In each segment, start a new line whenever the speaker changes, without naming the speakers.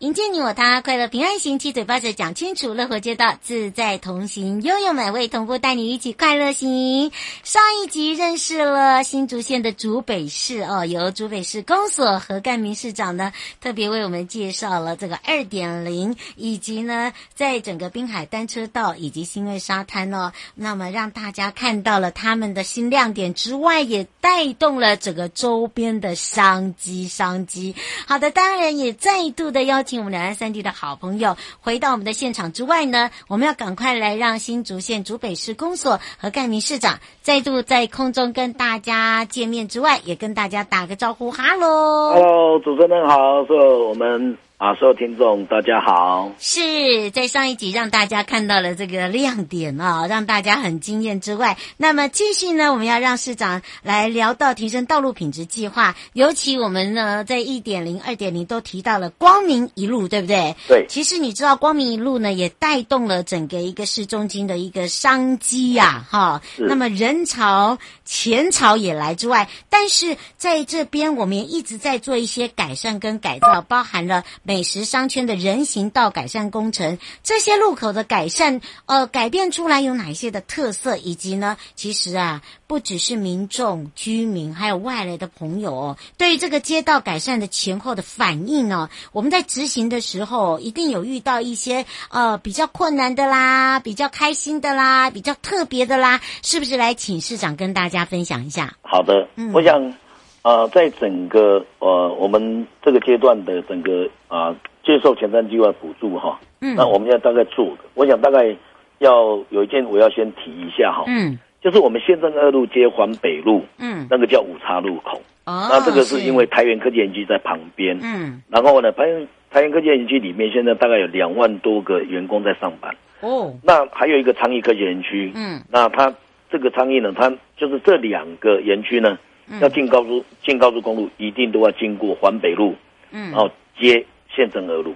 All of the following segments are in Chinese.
迎接你我他，快乐平安行，七嘴八舌讲清楚，乐活街道自在同行，悠悠美味同步带你一起快乐行。上一集认识了新竹县的竹北市哦，由竹北市公所何干明市长呢特别为我们介绍了这个二点零，以及呢在整个滨海单车道以及新卫沙滩哦，那么让大家看到了他们的新亮点之外，也带动了整个周边的商机商机。好的，当然也再度的邀请我们两岸三地的好朋友回到我们的现场之外呢，我们要赶快来让新竹县竹北市公所何干明市长再度在空中跟大家见面之外，也跟大家打个招呼，哈喽。
Hello，主持人好，所有我们啊，所有听众大家好。
是在上一集让大家看到了这个亮点啊、 让大家很惊艳之外，那么继续呢，我们要让市长来聊到提升道路品质计划，尤其我们呢在一点零、二点零都提到了光明一路，对不对？
对
其实你知道，光明一路呢也带动了整个一个市中心的一个商机呀、哈。
是
那么人潮、钱潮也来之外，但是在这边我们也一直在做一些改善跟改造，包含了美食商圈的人行道改善工程，这些路口的改善，呃，改变出来有哪一些的特色，以及呢，其实啊，不只是民众、居民，还有外来的朋友哦，对于这个街道改善的前后的反应哦，我们在执行的时候一定有遇到一些呃比较困难的啦，比较开心的啦，比较特别的啦，是不是？来请市长跟大家分享一下。
好的，
嗯
我想呃，在整个呃我们这个阶段的整个啊、接受前瞻计划补助哈，
嗯
那我们要大概做的，我想大概要有一件我要先提一下哈，
嗯
就是我们县政二路接环北路，
嗯，
那个叫五岔路口，
哦，
那这个是因为台原科技园区在旁边，
嗯
然后呢，台原台原科技园区里面现在大概有两万多个员工在上班。
哦
那还有一个昌邑科学园区，
嗯
那它这个昌邑呢，它就是这两个园区呢，
嗯
要进高速进高速公路，一定都要经过环北路，
嗯
然后接县政二路。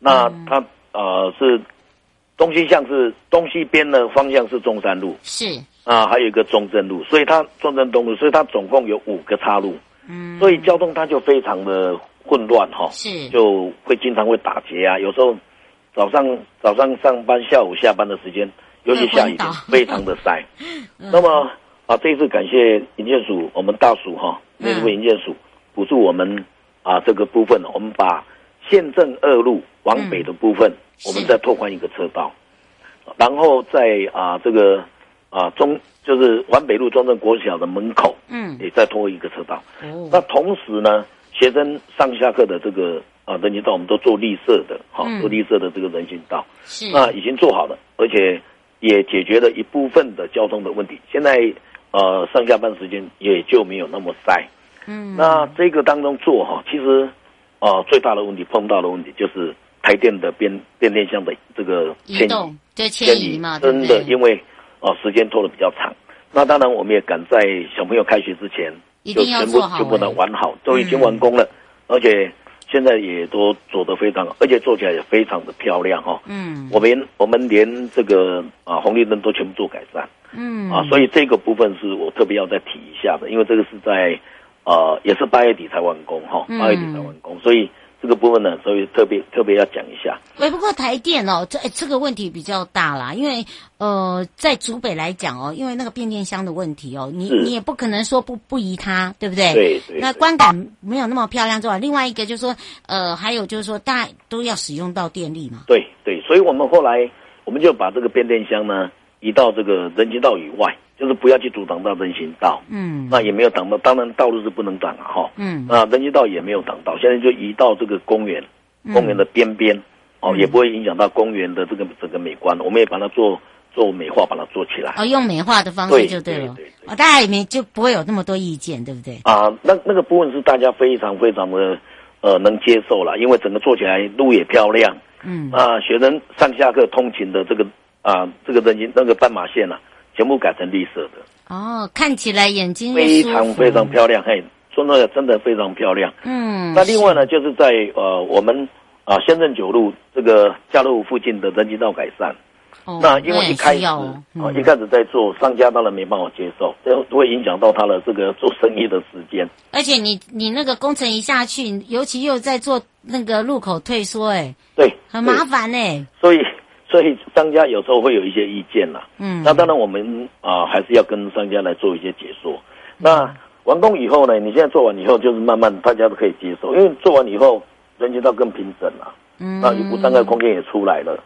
那它呃是东西向是东西边的方向是中山路
是
啊，还有一个中正路，所以它中正东路，所以它总共有五个岔路，
嗯
所以交通它就非常的混乱哈、
是
就会经常会打结啊，有时候早上早上上班，下午下班的时间，尤其下雨天
会昏倒嗯
非常的 塞。那么啊，这一次感谢营建署，我们大署哈，
嗯
内部营建署补助我们啊这个部分，我们把县政二路往北的部分，
是
我们再拓宽一个车道，然后在啊这个啊中就是往北路中正国小的门口
嗯
也再拓一个车道。
哦
那同时呢，学生上下课的这个啊人行道，我们都做绿色的，哈、
嗯
做绿色的这个人行道，
是
那已经做好了，而且也解决了一部分的交通的问题。现在呃上下班时间也就没有那么塞。
嗯
那这个当中做哈，其实呃最大的问题碰到的问题就是台电的变变电箱的这个
移
迁移
动就迁移嘛，对
真
不
的
对？
因为哦、呃时间拖得比较长。那当然，我们也赶在小朋友开学之前，
一
就
定要
全部
做好
全部
欸
能完好，都已经
嗯
完工了，而且现在也都做得非常好，而且做起来也非常的漂亮哈、哦。
嗯
我们我们连这个啊红绿灯都全部做改善
嗯
啊，所以这个部分是我特别要再提一下的，因为这个是在呃也是八月底才完工哈，
嗯
八、月底才完工，所以这个部分呢，所以特别特别要讲一下。
喂，不过台电哦，这哎这个问题比较大啦，因为呃，在竹北来讲哦，因为那个变电箱的问题哦，你
是
你也不可能说不不移它，对不对？
对对
哎那
对
观感没有那么漂亮之外，另外一个就是说，呃，还有就是说，大家都要使用到电力嘛。
对对，所以我们后来我们就把这个变电箱呢移到这个人行道以外，就是不要去阻挡到人行道。
嗯
那也没有挡到，当然道路是不能挡啊哈。
嗯
那人行道也没有挡到，现在就移到这个公园，
嗯
公园的边边、哦，也不会影响到公园的这个整个美观。我们也把它做做美化，把它做起来。
哦，用美化的方式
对
就了。
对对对
哦，大家也没就不会有那么多意见，对不对？
啊，那那个部分是大家非常非常的呃能接受啦，因为整个做起来路也漂亮，
嗯，
啊，学生上下课通勤的这个啊这个人行那个斑马线啊，全部改成绿色的，
哦，看起来眼睛又
非
舒
常
服
非常，漂亮，嘿，说真的真的非常漂亮。
嗯，
那另外呢，就是在呃我们啊先镇九路这个家乐福附近的人行道改善，
哦
那因为
也
一开
需
始
要
啊
哦、
一开始在做，商家当然没办法接受，这样会影响到他的这个做生意的时间。
而且你你那个工程一下去，尤其又在做那个路口退缩、哎，
对，
很麻
对
烦哎、
所以所以商家有时候会有一些意见啦。
嗯，
那当然我们啊、还是要跟商家来做一些解
嗯
说。那完工以后呢，你现在做完以后，就是慢慢大家都可以接受，因为做完以后人行道更平整了、
嗯
那无障碍空间也出来了，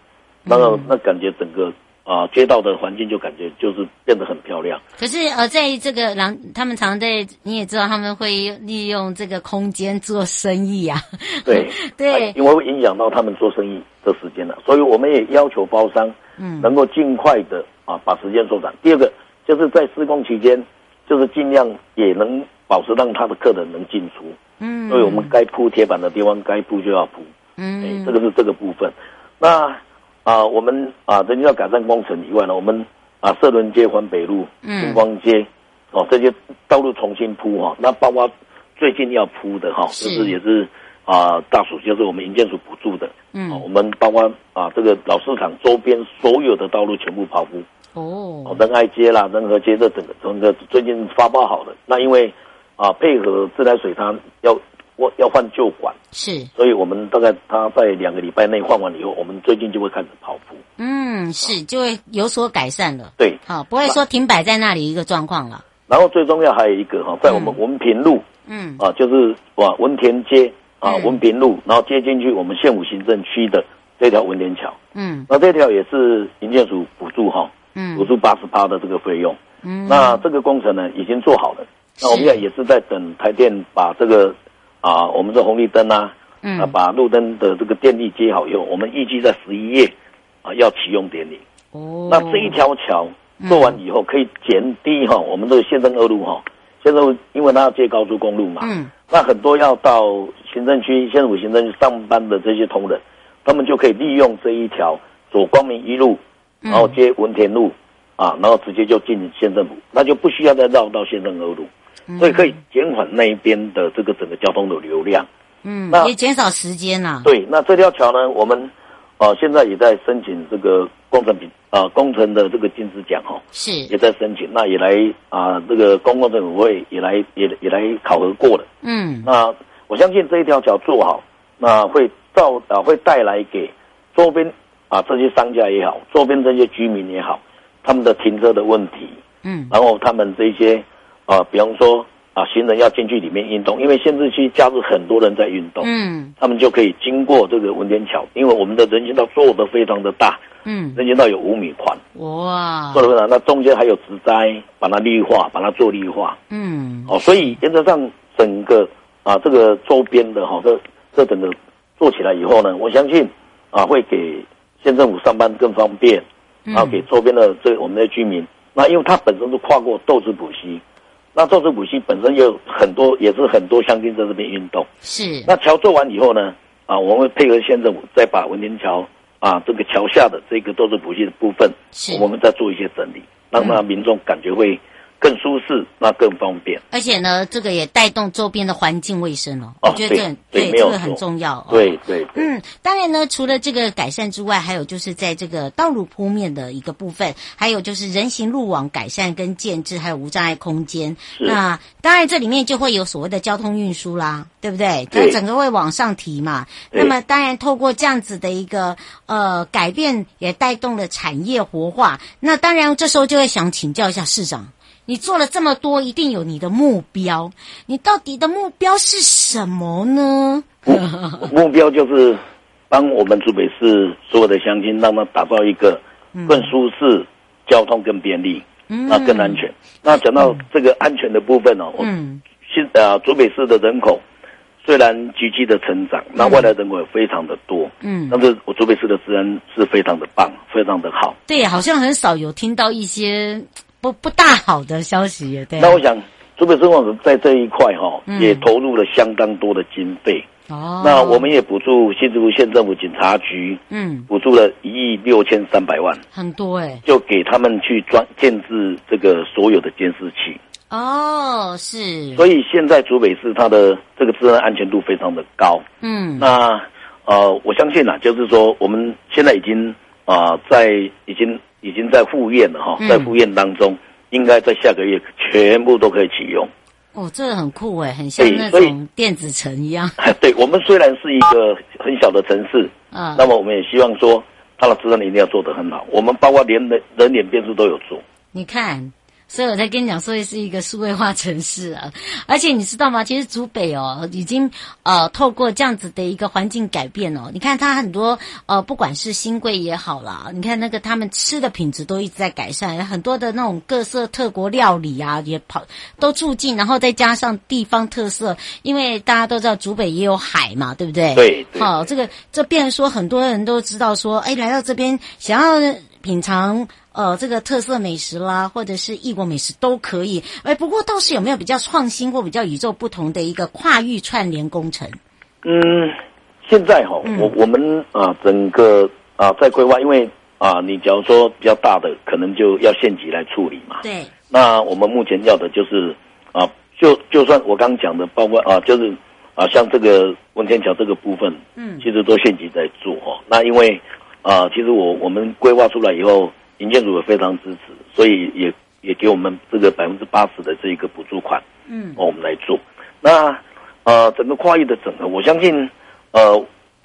那个那感觉整个啊、街道的环境就感觉就是变得很漂亮。
可是呃，在这个狼，他们常在你也知道，他们会利用这个空间做生意啊。
对哎
对
因为会影响到他们做生意的时间了，所以我们也要求包商，
嗯
能够尽快的啊把时间缩短。第二个就是在施工期间，就是尽量也能保持让他的客人能进出，
嗯，
所以我们该铺铁板的地方该铺就要铺，哎、
嗯
这个是这个部分。那啊，我们啊，人行道改善工程以外呢，我们啊，社伦街、环北路、
嗯
星光街，哦，这些道路重新铺哈、那包括最近要铺的哈、
是
就是也是啊，大暑就是我们营建署补助的，
嗯
哦我们包括啊，这个老市场周边所有的道路全部刨铺，哦
哦，，
仁爱街啦、仁和街这整个整个最近发包好了。那因为啊，配合自来水它要我要换旧管。
是，
所以我们大概他在两个礼拜内换完以后，我们最近就会开始跑步。
嗯是，就会有所改善了。
对，
好，不会说停摆在那里一个状况了。
然后最重要还有一个哈，在我们文平路
嗯
啊，就是哇文田街啊
嗯
文平路，然后接进去我们县府行政区的这条文田桥，
嗯
那这条也是营建署补助哈，补
嗯
助八十趴的这个费用。
嗯，
那这个工程呢已经做好了，那我们
是
也也是在等台电把这个啊我们的红绿灯啊，
嗯
啊把路灯的这个电力接好以后，我们预计在十一月啊要启用典礼。
哦，嗯
那这一条桥做完以后，可以减低哈、我们这个县政二路哈、现在因为它要接高速公路嘛，
嗯
那很多要到行政区、县政府行政区上班的这些同仁，他们就可以利用这一条左光明一路，
嗯
然后接文田路、啊，然后直接就进县政府，那就不需要再绕到县政二路，
嗯
所以可以减缓那一边的这个整个交通的流量。
嗯
那
也减少时间啦。
对，那这条桥呢，我们呃现在也在申请这个工程比啊工程的这个金质奖哈、哦。也
是，
在申请，那也来啊、这个公共政府会也来也也来考核过了。
嗯
那我相信这一条桥做好，那会造啊会带来给周边啊这些商家也好，周边这些居民也好，他们的停车的问题，
嗯
然后他们这些啊，比方说啊行人要进去里面运动，因为限制区假日很多人在运动，
嗯
他们就可以经过这个文天桥，因为我们的人行道做的非常的大，
嗯，
人行道有五米宽。
哇啊
做，得非常，那中间还有植栽，把它绿化，把它做绿化
嗯
哦。所以原则上整个啊这个周边的哈、这这整个做起来以后呢，我相信啊会给县政府上班更方便，然后给周边的这我们的居民。那因为它本身是跨过豆子补溪，那豆子补溪本身也有很多也是很多乡亲在这边运动。
是，
那桥做完以后呢，啊，我们会配合县政府再把文林桥啊这个桥下的这个豆子补习的部分
是，嗯
我们再做一些整理，让那民众感觉会更舒适，那更方便。
而且呢，这个也带动周边的环境卫生哦。
哦
我觉得这很
对对没
这
有
个很
错
重要、哦。
对对对，
嗯，当然呢，除了这个改善之外，还有就是在这个道路铺面的一个部分，还有就是人行路网改善跟建制，还有无障碍空间。
是
那当然这里面就会有所谓的交通运输啦，对不对？
对
那整个会往上提嘛。
对
那么当然透过这样子的一个呃改变，也带动了产业活化。那当然这时候就会想请教一下市长。你做了这么多，一定有你的目标。你到底的目标是什么呢？
目标就是帮我们竹北市所有的乡亲，让他打造一个更舒适、交通更便利、
嗯
那更安全。那讲到这个安全的部分呢、我
嗯，
新呃竹北市的人口虽然急剧的成长，那外来人口也非常的多，
嗯
但是我竹北市的治安是非常的棒，非常的好。
对，好像很少有听到一些不不大好的消息耶，对啊。
那我想，竹北生活在这一块哈、
嗯
也投入了相当多的经费。
哦，
那我们也补助新竹县政府警察局
嗯
补助了一亿六千三百万，
很多哎，
就给他们去装建制这个所有的监视器。
哦是，
所以现在竹北市它的这个治安安全度非常的高。
嗯
那呃，我相信啊，就是说我们现在已经啊、在已经已经在复院了哈，
嗯
在复院当中，应该在下个月全部都可以启用。
哦这个很酷哎，很像
对
那
所以
种电子城一样，
对我们虽然是一个很小的城市，
啊
那么我们也希望说，它的治安一定要做得很好。我们包括连人人脸辨识都有做。
你看，所以我在跟你讲，所以是一个数位化城市啊。 而且你知道吗？其实竹北哦，已经呃透过这样子的一个环境改变哦，你看它很多呃，不管是新贵也好啦，你看那个他们吃的品质都一直在改善，很多的那种各色特国料理啊，也跑都促进，然后再加上地方特色，因为大家都知道竹北也有海嘛，对不对？哦
对对
好、这个这变成说很多人都知道说，哎，来到这边想要品尝呃这个特色美食啦，或者是异国美食都可以。哎，不过倒是有没有比较创新或比较与众不同的一个跨域串联工程？
嗯，现在哈、我我们啊、整个啊、在规划，因为啊、你假如说比较大的，可能就要县级来处理嘛。
对，
那我们目前要的就是啊，就就算我刚讲的，包括啊，就是啊，像这个文天桥这个部分，
嗯
其实都县级在做哦。那因为啊，其实我我们规划出来以后，营建署也非常支持，所以也也给我们这个百分之八十的这一个补助款，
嗯
哦，我们来做。那呃，整个跨域的整合，我相信呃，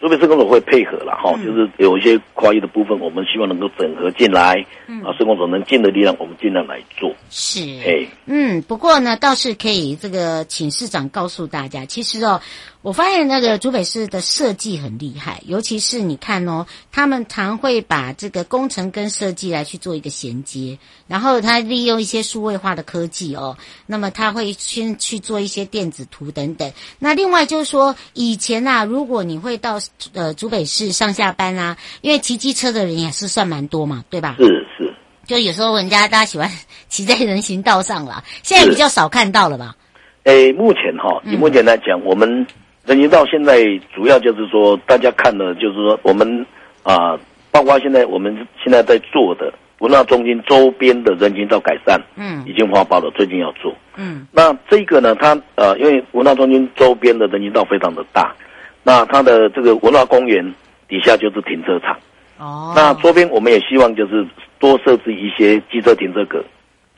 特别是工所会配合了哈、
嗯
就是有一些跨域的部分，我们希望能够整合进来，嗯、啊，施工所能尽的力量，我们尽量来做，
是。
哎。
嗯，不过呢，倒是可以这个请市长告诉大家，其实哦，我发现那个竹北市的设计很厉害，尤其是你看哦，他们常会把这个工程跟设计来去做一个衔接，然后他利用一些数位化的科技哦，那么他会先去做一些电子图等等。那另外就是说，以前啊，如果你会到呃竹北市上下班啊，因为骑机车的人也是算蛮多嘛，对吧？
是是，
就有时候人家大家喜欢骑在人行道上啦，现在
是
比较少看到了吧？
诶，哎目前哈，以目前来讲，我们人行道现在主要就是说，大家看的就是说，我们啊、包括现在我们现在在做的文化中心周边的人行道改善，
嗯
已经发包了，最近要做。
嗯
那这个呢，它呃，因为文化中心周边的人行道非常的大，那它的这个文化公园底下就是停车场。
哦，
那周边我们也希望就是多设置一些机车停车格，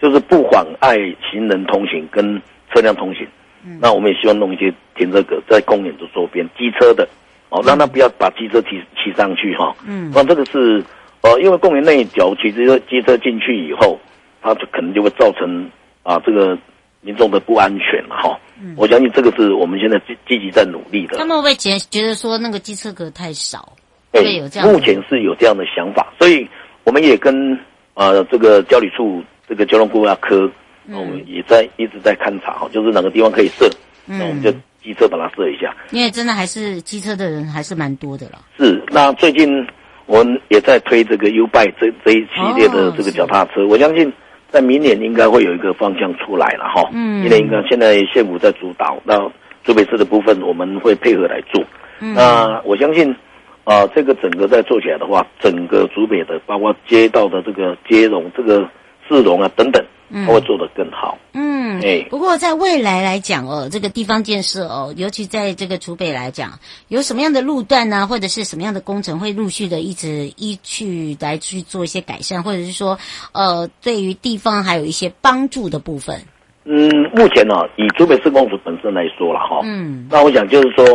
就是不妨碍行人通行跟车辆通行。
嗯
那我们也希望弄一些停车格在公园的周边，机车的哦，让他不要把机车骑骑上去哈、
嗯
那这个是呃，因为公园内脚骑机车机车进去以后，它就可能就会造成啊这个民众的不安全了哈、
嗯
我相信这个是我们现在积积极在努力的。
他们会不会觉觉得说那个机车格太少？
对，
会有这样的
哎目前是有这样的想法，所以我们也跟呃这个交旅处这个交通规划科，
嗯
哦我们也在一直在勘察哈，就是哪个地方可以设，
嗯
那我们就机车把它设一下。
因为真的还是机车的人还是蛮多的了。
是，那最近我们也在推这个 U Bike 这这一系列的
哦
这个脚踏车，我相信。在明年应该会有一个方向出来了哈，
嗯
明年应该现在县府在主导，那竹北市的部分我们会配合来做。
嗯
那我相信，啊、这个整个在做起来的话，整个竹北的，包括街道的这个接融、这个市容啊等等，它会做得更好。
嗯
哎，
不过在未来来讲哦，这个地方建设哦，尤其在这个竹北来讲，有什么样的路段呢、或者是什么样的工程会陆续的一直依去来去做一些改善，或者是说呃，对于地方还有一些帮助的部分？
嗯，目前呢、以竹北市公署本身来说了哈，
嗯
那我想就是说，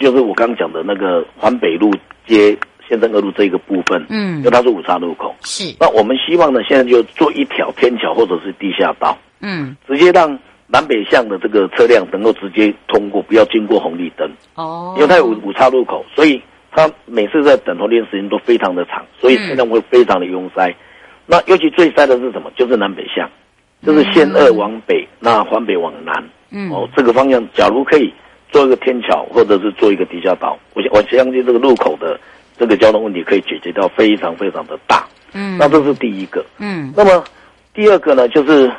就是我刚讲的那个环北路接县政二路这一个部分，
嗯
因为，它是五岔路口，
是
那我们希望呢，现在就做一条天桥或者是地下道，
嗯
直接让南北向的这个车辆能够直接通过，不要经过红绿灯。
哦，
因为它有五岔路口，所以它每次在等红绿灯时间都非常的长，所
嗯
以车辆会非常的拥塞。那尤其最塞的是什么？就是南北向，就是县二往北，那环北往南。
嗯
哦，这个方向假如可以做一个天桥，或者是做一个地下道，我我相信这个路口的这个交通问题可以解决到非常非常的大。
嗯
那这是第一个。
嗯
那么第二个呢，就是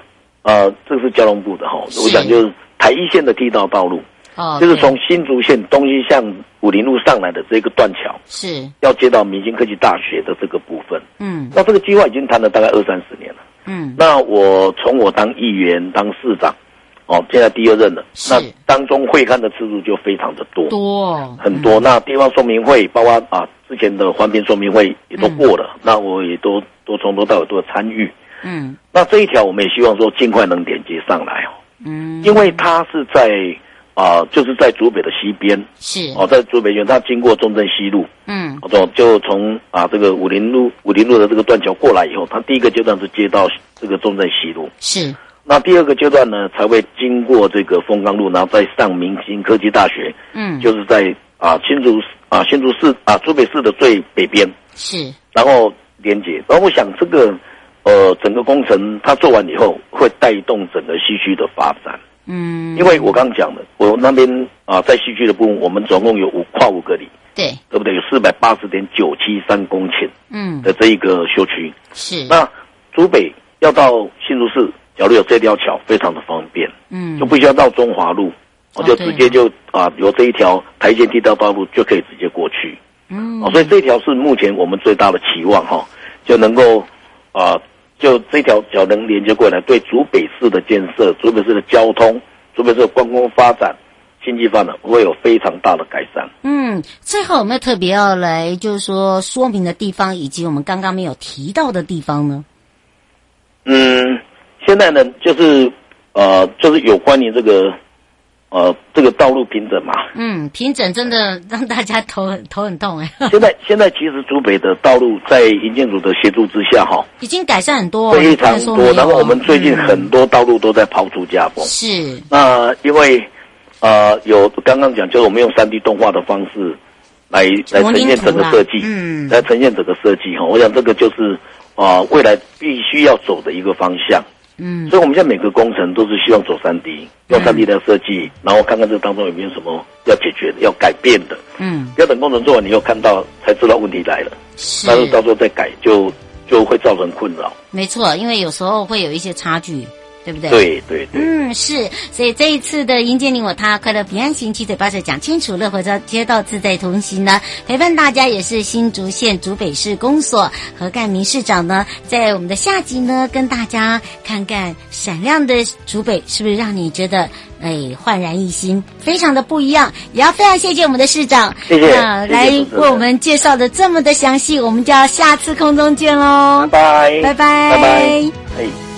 呃，这是交通部的哈，
是
我想就是台一线的地道道路，
哦，
就是
对
从新竹县东西向武林路上来的这个断桥，
是，
要接到明星科技大学的这个部分。
嗯
那这个计划已经谈了大概二三十年了。
嗯，
那我从我当议员、当市长，哦，现在第二任了，
是
那当中会刊的次数就非常的多。
嗯多嗯
很多。那地方说明会，包括啊之前的环评说明会也都过了，那我也都都从头到尾都有参与。
嗯
那这一条我们也希望说尽快能连接上来哦，
嗯，
因为它是在啊、就是在竹北的西边
是，
哦，在竹北园，它经过中正西路，
嗯
哦，就就从啊这个武林路武林路的这个断桥过来以后，它第一个阶段是接到这个中正西路，
是，
那第二个阶段呢才会经过这个丰冈路，然后再上明星科技大学，
嗯
就是在啊新竹市啊新竹市啊竹北市的最北边，
是，
然后连接。然后我想这个呃整个工程它做完以后，会带动整个西区的发展。
嗯，
因为我刚讲的，我那边啊在西区的部分，我们总共有五跨五个里，
对，
对不对？有四百八十点九七三公顷
嗯
的这一个休区。
是，
那竹北要到新竹市，假如有这条桥，非常的方便。
嗯
就不需要到中华路，我、
哦
就
对
直接就啊由这一条台阶地道道路就可以直接过去。
嗯
哦，所以这条是目前我们最大的期望哈、就能够啊、就这条桥能连接过来，对竹北市的建设、竹北市的交通、竹北市的观光发展、经济发展会有非常大的改善。
嗯，最后有没有特别要来就是说说明的地方，以及我们刚刚没有提到的地方呢？
嗯，现在呢，就是呃，就是有关于这个呃这个道路平整嘛，
嗯，平整真的 让大家头很头很痛哎、
现在现在其实竹北的道路在银建组的协助之下哈、
已经改善很多哦，
非常
不能说没
多。
有
然后我们最近
嗯
很多道路都在抛出架风。
是
那因为呃，有刚刚讲，就是我们用三 D 动画的方式来来
模
呈
拟
现
图
整个
啦
设计，
嗯
来呈现整个设计哈。我想这个就是啊、未来必须要走的一个方向。
嗯
所以我们现在每个工程都是希望走三 D，用三 D 来设计，然后看看这当中有没有什么要解决的、要改变的。
嗯
不要等工程做完，你又看到才知道问题来了，
是
但是到时候再改就就会造成困扰。
没错，因为有时候会有一些差距，对不对？。
对对对。
嗯，是，所以这一次的迎接你我他快乐平安行，七嘴八舌讲清楚，乐活街街道自在同行呢，陪伴大家也是新竹县竹北市公所何干明市长呢，在我们的下集呢，跟大家看看闪亮的竹北是不是让你觉得哎焕然一新，非常的不一样，也要非常谢谢我们的市长，
谢谢
那
谢谢
来
主持人
为我们介绍的这么的详细，我们就要下次空中见喽，
拜
拜拜
拜拜拜，哎。